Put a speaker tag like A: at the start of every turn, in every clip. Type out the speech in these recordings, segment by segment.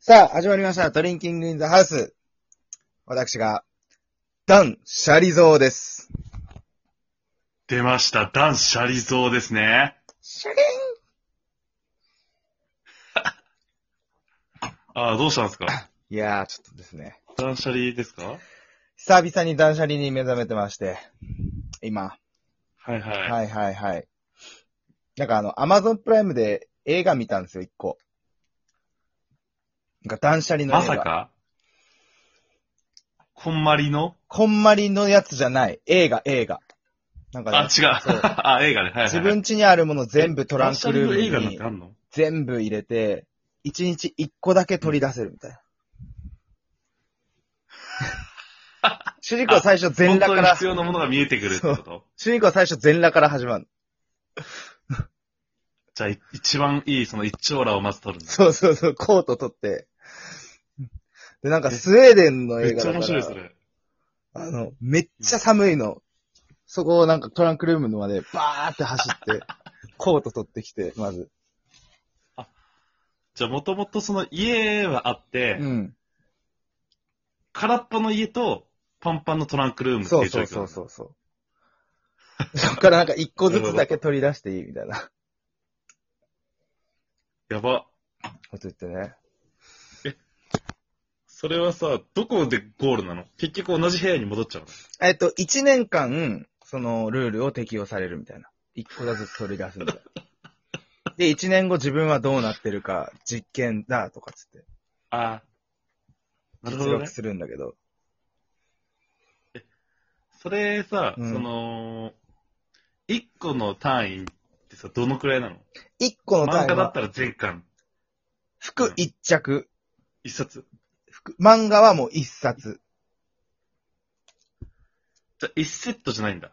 A: さあ、始まりました。ドリンキングインザハウス。私が、ダン・シャリゾーです。
B: 出ました。男子シャリゾーですね。
A: シャリ
B: ああ、どうしたんで すか
A: ンいやー、ちょっとですね。
B: 男子シャリですか
A: 久々にダンシャリに目覚めてまして、今。
B: はいは
A: は
B: い。
A: いはいはい。なんかあの、アマゾンプライムで映画見たんですよ、一個。なんかダンシャリの映画。
B: まさかこんまりの
A: こんまりのやつじゃない。映画、映画。なんかね
B: あ、違う。
A: そう
B: あ、映画ね。はいはい、
A: 自分家にあるもの全部トランクル
B: 男子シャリの映
A: ー
B: 画
A: ム
B: なん
A: に
B: てあんの
A: 全部入れて、一日一個だけ取り出せるみ たいな。主人公は最初全
B: 本
A: 裸
B: 当
A: か
B: に
A: ら
B: 必、要なものが見えてくるってこと
A: 主人公は最初全裸から始まる。
B: じゃあ、い一番いい、その一丁羅をまず取るんだ。
A: そうそうそう、コート取って。で、なんかスウェーデンの
B: め
A: 映
B: っ
A: 画
B: ちゃ
A: だか
B: 面白い、
A: ら
B: そ、れ。
A: あの、めっちゃ寒いの。そこをなんかトランクルームまでバーって走って、 コート取ってきて、まず。
B: じゃあ、もともとその家はあって、
A: うん。
B: 空っぽの家と、パンパンのトランクルームって
A: そ
B: いうう状
A: そ
B: 況
A: うそう
B: う。
A: そうそう。そっからなんか一個ずつだけ取り出していいみたいな。
B: やば。
A: こと言ってね。
B: それはさ、どこでゴールなの結局同じ部屋に戻っちゃうの
A: えっと、1年間、そのルールを適用されるみたいな。1個ずつ取り出すみたい な。で、1年後自分はどうなってるか、実験だとかつって、
B: ああ。なる
A: 実
B: ほどね
A: 力。するんだけど。
B: それさ、
A: うん
B: その、1個の単位ってさ、どのくらいなの
A: 1個の
B: 漫
A: 単位
B: 画だっ
A: は、
B: たら全巻、
A: 服1着、
B: 1冊。
A: 服漫画はもう1冊。
B: じゃあ1セットじゃないんだ。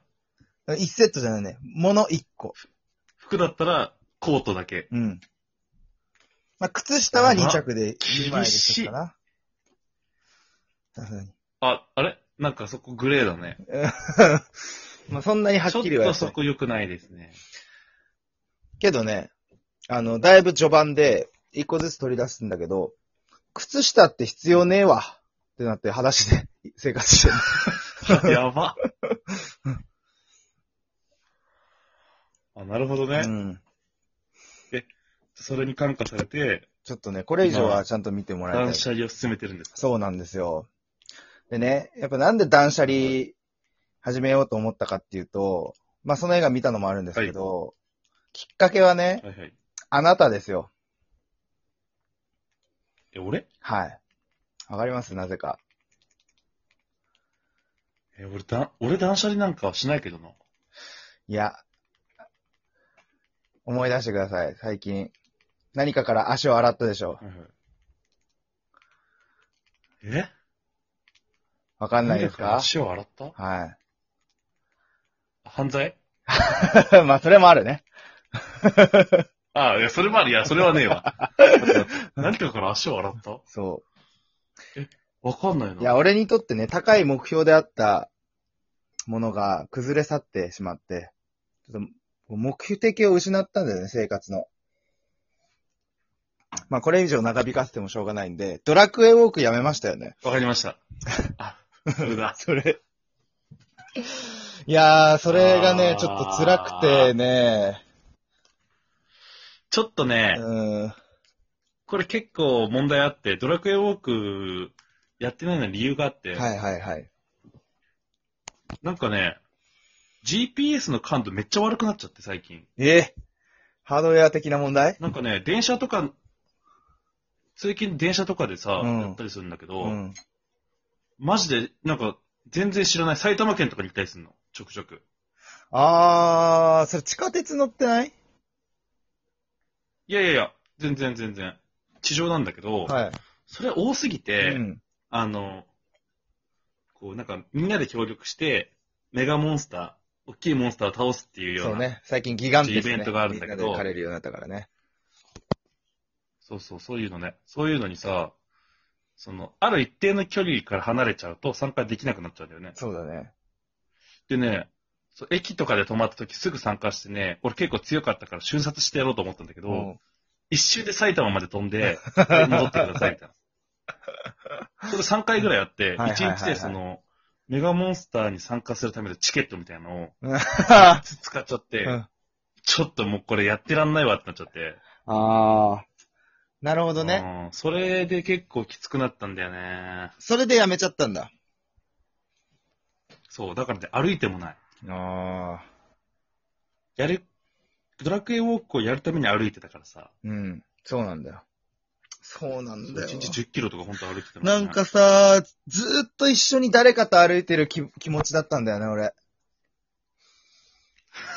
A: 1セットじゃないね。物1個。
B: 服だったらコートだけ。
A: うん。まあ、靴下は2着で、
B: 厳しい
A: 2枚でしょかな。さすがに。
B: あ、あれなんかそこグレーだね。
A: まあ、そんなにはっ
B: ちょっ
A: きりはや
B: と
A: ってない
B: そこ良くないです ね。
A: けどね、あの、だいぶ序盤で、一個ずつ取り出すんだけど、靴下って必要ねえわ。ってなって、裸足で 生活してる。
B: やば。あ、なるほどね。
A: うん。
B: それに感化されて、
A: ちょっとね、これ以上はちゃんと見てもらい
B: 断
A: たい。
B: 捨離を進めてるんですか。
A: そうなんですよ。でね、やっぱなんで断捨離始めようと思ったかっていうと、まあその映画見たのもあるんですけど、きっかけはね、
B: はいはい。
A: あなたですよ。
B: え、俺
A: はい。わかりますなぜか。
B: え、俺だ、俺断捨離なんかはしないけどな。
A: いや、思い出してください、最近。何かから足を洗ったでしょ
B: はいはいえ
A: わかんないですか
B: 足を洗った
A: は
B: 犯罪
A: い。 まあ、それもあるね。
B: ああ、いや、それまで、いや、それはねえわ。 何かから足を洗った
A: そ
B: わかんないな。
A: う。いや、俺にとってね、高い目標であったものが崩れ去ってしまって、ちょっと目的を失ったんだよね、生活の。まあ、これ以上長引かせてもしょうがないんで、ドラクエウォークやめましたよね。
B: わかり ました。あ、それだ。
A: それ。いやー、それがね
B: あ、ー
A: ちょっと辛くてね、
B: ちょっとね、
A: うん。
B: これ結構問題あって、ドラクエウォークやってないのに理由があって、
A: はいはいはい。
B: なんかね、GPS の感度めっちゃ悪くなっちゃって、最近。
A: ええハードウェア的な問題
B: なんかね、電車とか、最近電車とかでさ、
A: うん
B: やったりするんだけど、
A: うん。
B: マジで、なんか、全然知らない埼玉県とかに行ったりするの。ちょくちょく。
A: あー、それ地下鉄乗ってない
B: いやいやいや、全然全然。地上なんだけど、
A: は
B: それ多すぎ
A: い。
B: て、
A: うん。
B: あの、こう、なんか、みんなで協力して、メガモンスター、大きいモンスターを倒すっていうような。
A: そうね。最近ギガンティス、ね、
B: イベントがあるんだけど
A: みなで借れるようになったからね。
B: そうそう、そういうのね。そういうのにさ、その、ある一定の距離から離れちゃうと参加できなくなっちゃうんだよね。
A: そうだね。
B: でね、そう駅とかで泊まった時すぐ参加してね、俺結構強かったから瞬殺してやろうと思ったんだけど、
A: うん
B: 一周で埼玉まで飛んで、戻ってくださいみたいな。それ3回ぐらいやっ
A: はい
B: て、
A: はいはいはい
B: 1日でその、メガモンスターに参加するためのチケットみたいなのを
A: あ
B: つ使っちゃって、
A: うん
B: ちょっともうこれやってらんないわってなっちゃって。
A: あー。なるほどね。
B: うんそれで結構きつくなったんだよね。
A: それでやめちゃったんだ。
B: そう、だからね、歩いてもない。
A: あ
B: やる、ドラクエウォークをやるために歩いてたからさ、
A: ー。うん。そうなんだよ。そうな
B: 1
A: んだよ。
B: 日10キロとか本当歩いてたもね
A: なんかさ、ずーっと一緒に誰かと歩いてる気気持ちだったんだよね、俺。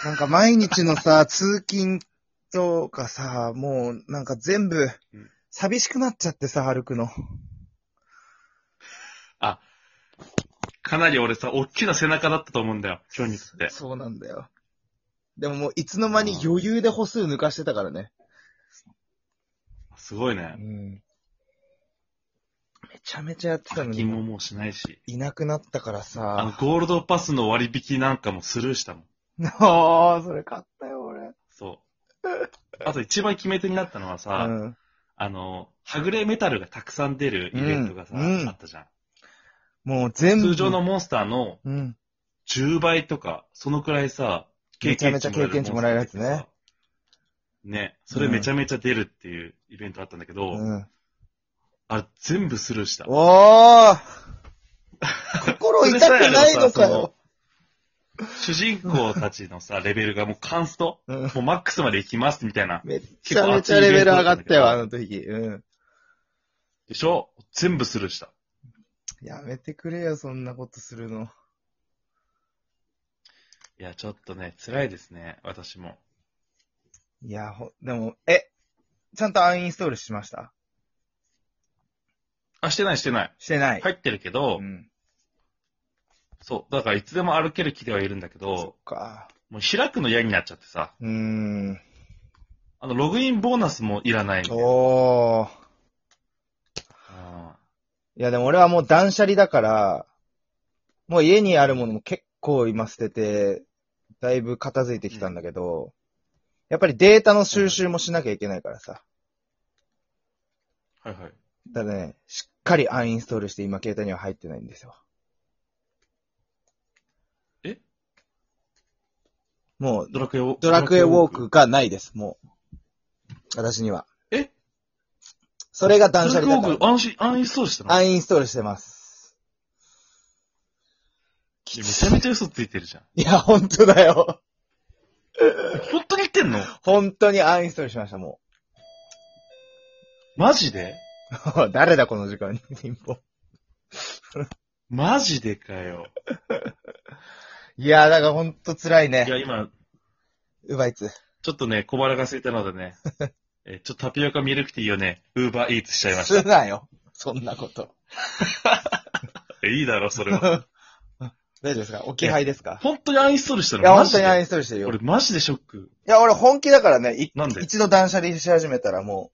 A: なんか毎日の さ、通勤とかさ、もうなんか全部
B: うん、
A: 寂しくなっちゃってさ、歩くの。
B: かなり俺さ、大きな背中だったと思うんだよ、今日にって。
A: そうなんだよ。でももういつの間に余裕で歩数抜かしてたからね。
B: すごいうね。
A: ん。めちゃめちゃやってたの
B: 課金も
A: に、
B: もうしないし。
A: いなくなったから
B: あの、
A: さ。
B: ゴールドパスの割引なんかもスルーしたもん。
A: あー、それ買ったよ、俺。
B: そう。あと一番決め手になったのはさ、
A: うん。
B: あの、はぐれメタルがたくさん出るイベントがさ、
A: うんうん
B: あったじゃん。
A: もう全部。
B: 通常の。モンスターの
A: うん。
B: 10倍とか、そのくらいさ、
A: めちゃめちゃ経験値もらえるやつね
B: モンスターが出てさ。ね、それめちゃめちゃ出るっていうイベントあったんだけど、
A: うん。
B: あれ全部スルーした。
A: お ー心痛くないのかよ。
B: 主人公たちのさ、レベルがもうカンスト、
A: うん
B: もうマックスまで行きますみたいな。
A: めっちゃめちゃレベル上がったよ、あの時。うん。
B: でしょ全部スルーした。
A: やめてくれよ、そんなことするの。
B: いや、ちょっとね、辛いですね、私も。
A: いや、ほ、でも、え、ちゃんとアンインストールしました
B: あ、してないしてない。
A: してない。
B: 入ってるけど、
A: うん。
B: そう、だからいつでも歩ける気ではいるんだけ
A: そっ
B: ど、
A: か。
B: もう開くの嫌になっちゃってさ、
A: うーん。
B: あの、ログインボーナスもいらないみたいな。
A: おー。
B: うん
A: いや、でも俺はもう断捨離だから、もう家にあるものも結構今捨てて、だいぶ片付いてきたんだけど、やっぱりデータの収集もしなきゃいけないからさ。
B: はいはい。
A: ただね、しっかりアンインストールして今携帯には入ってないんですよ。
B: え
A: もう、
B: ドラクエウォーク。
A: ドラクエウォークがないです、もう。私には。
B: え
A: それが断
B: ド
A: 捨
B: ラクエウ
A: 離
B: ォ
A: だか
B: ーク、安心、安心そうした
A: ら。
B: の
A: アンインストールしてます。
B: いやめちゃめちゃ嘘ついてるじゃん。
A: いや、本当だよ。
B: 本当に言ってんの
A: 本当にアンインストールしました、も
B: マジで
A: う。 誰だ、この時間に、ピンポン。
B: マジでかよ。
A: いや、だから本当辛い
B: い
A: ね。
B: や、今、
A: ウバイツ。
B: ちょっとね、小腹が空いたので ね、えちょっとタピオカミルクティーをね、ウーバーイーツしちゃいまし
A: すなよ。そんなこと。
B: た。いいだろ、それは。
A: 大丈夫ですか置き配ですか
B: 本当にアンインストールした
A: い
B: の
A: や、
B: マ
A: 本
B: ジ
A: 当にアンイ
B: で。
A: ンストールしてるよ。
B: 俺、マジでショック。
A: いや、俺本気だからね、い
B: なんで
A: 一度断捨離し始めたらも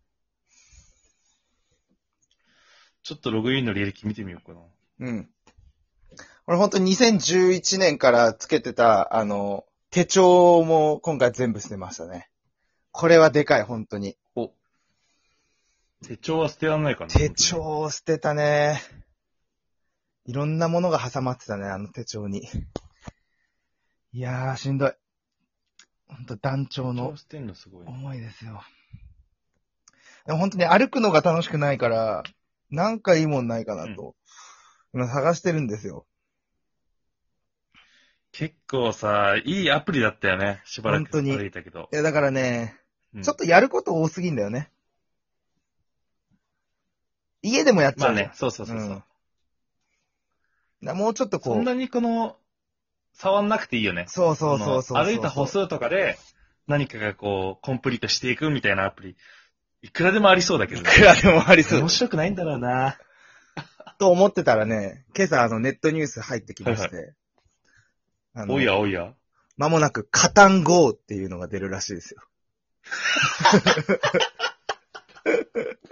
B: ちょっとログインの履歴見てみようかな。
A: う、うん。俺本当に2011年からつけてた、あの、手帳も今回全部捨てましたね。これはでかい、本当に。
B: お。手帳は捨てらんないかな。
A: 手帳を捨てたね。いろんなものが挟まってたね、あの手帳に。いやー、しんどい。本当団長
B: 本当に
A: の
B: 手帳捨てんのすごいね。
A: 重いですよ。でも本当に歩くのが楽しくないから、なんかいいもんないかなと、今探してるんですよ。
B: 結構さ、いいアプリだったよね。しばらく
A: 本当に
B: 歩いたけど。
A: いや、だからね、
B: うん
A: ちょっとやること多すぎんだよね。家でもやっち
B: ま
A: ゃ
B: あ
A: うじゃん。
B: ね、そうそうそうそう、
A: うんなもうちょっとこ
B: そん
A: う。
B: なにこの、触んなくていいよね。
A: そうそうそうそう
B: この歩いた歩数とかで、何かがこう、コンプリートしていくみたいなアプリ、いくらでもありそうだけど
A: い
B: ね。
A: くらでもありそう
B: 面。白くないんだろうな。
A: と思ってたらね、今朝あのネットニュース入ってきまして。あの
B: おやおや。
A: 間もなく、カタン号っていうのが出るらしいですよ。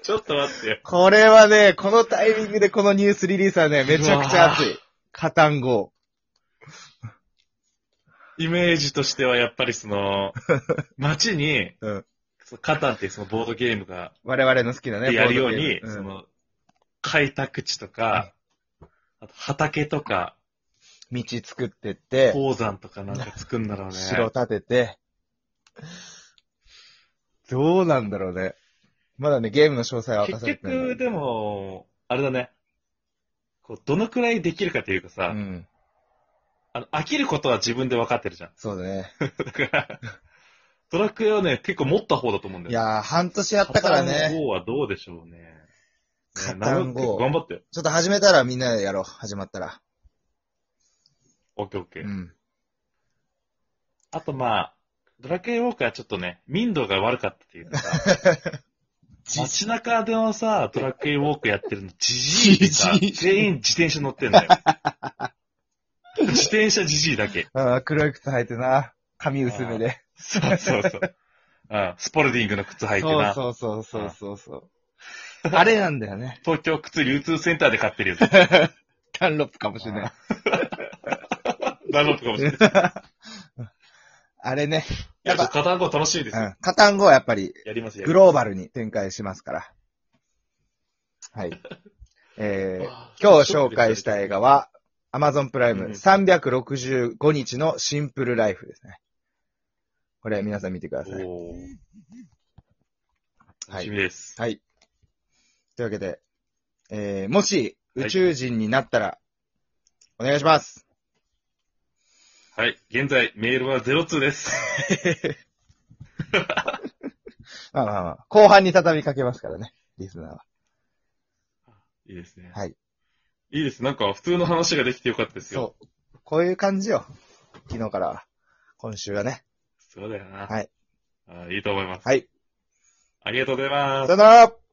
B: ちょっと待ってよ。
A: これはね、このタイミングでこのニュースリリースはね、めちゃくちゃ熱
B: う
A: い。カタン号。
B: イメージとしてはやっぱり その、街に、
A: うん
B: そのカタンっていうそのボードゲームが
A: 我々の好きなね、
B: やるよう
A: ボードゲ
B: に、
A: ーム
B: そ
A: うん
B: の、開拓地とか、あと畑とか、
A: 道作ってって、
B: 鉱山とかなんか作んだろうね。
A: 城建てて。どうなんだろうね。まだね、ゲームの詳細は明か
B: 結
A: されてない。
B: 局、でも、あれだね。こう、どのくらいできるかというかさ、
A: うん。
B: あの、飽きることは自分で分かってるじゃん。
A: そうだね。
B: だ から、ドラクエはね、結構持った方だと思うんだ
A: い
B: よ。
A: やー、半年やったから
B: カタン
A: ね。
B: 5はどうでしょうね。
A: カ
B: ね
A: タン
B: 結構
A: 5。
B: 頑張ってよ。
A: ちょっと始めたらみんなでやろう。始まったら。
B: オッケーオッケ
A: う
B: ー。
A: ん。
B: あとまあ、ドラクエウォーカーはちょっとね、民度が悪かったっていうかさ、 街中でのさ、ドラクエウォークやってるの、じじいでさ、
A: ジジイ
B: 全員自転車乗ってんだよ。自転車じじいだけ。
A: ああ、黒い靴履いてな。髪薄めで。
B: そうそうそう。うん、スポルディングの靴履いてな。
A: そうそうそうそうそうそう。あれなんだよね。
B: 東京靴流通センターで買ってるやつ。
A: ダンロップかもしれない。
B: ダウンロードかもしれない。
A: あれね。
B: いや、ちょっとカタンゴ楽しいで
A: う
B: すよ。
A: ん。カタン語はやっぱり
B: やりますよ。
A: グローバルに展開しますから。はい。え ー、今日紹介した映画は、Amazon プライム
B: うん
A: 365日のシンプルライフですね。これ皆さん見てくだ
B: お
A: さい。
B: ー
A: は
B: 楽し
A: い。
B: みです。
A: はい。というわけで、えー、もし宇宙人になったら、お願いします。
B: はい。現在、メールは02です。
A: まあまあまあ、後半に畳みかけますからね、リスナーは。
B: いいですね。
A: はい。
B: いいです。なんか、普通の話ができてよかったですよ。
A: そう。こういう感じよ。昨日から、今週はね。
B: そうだよな。
A: はい
B: あー。いいと思います。
A: はい。
B: ありがとうございます
A: さ。よなら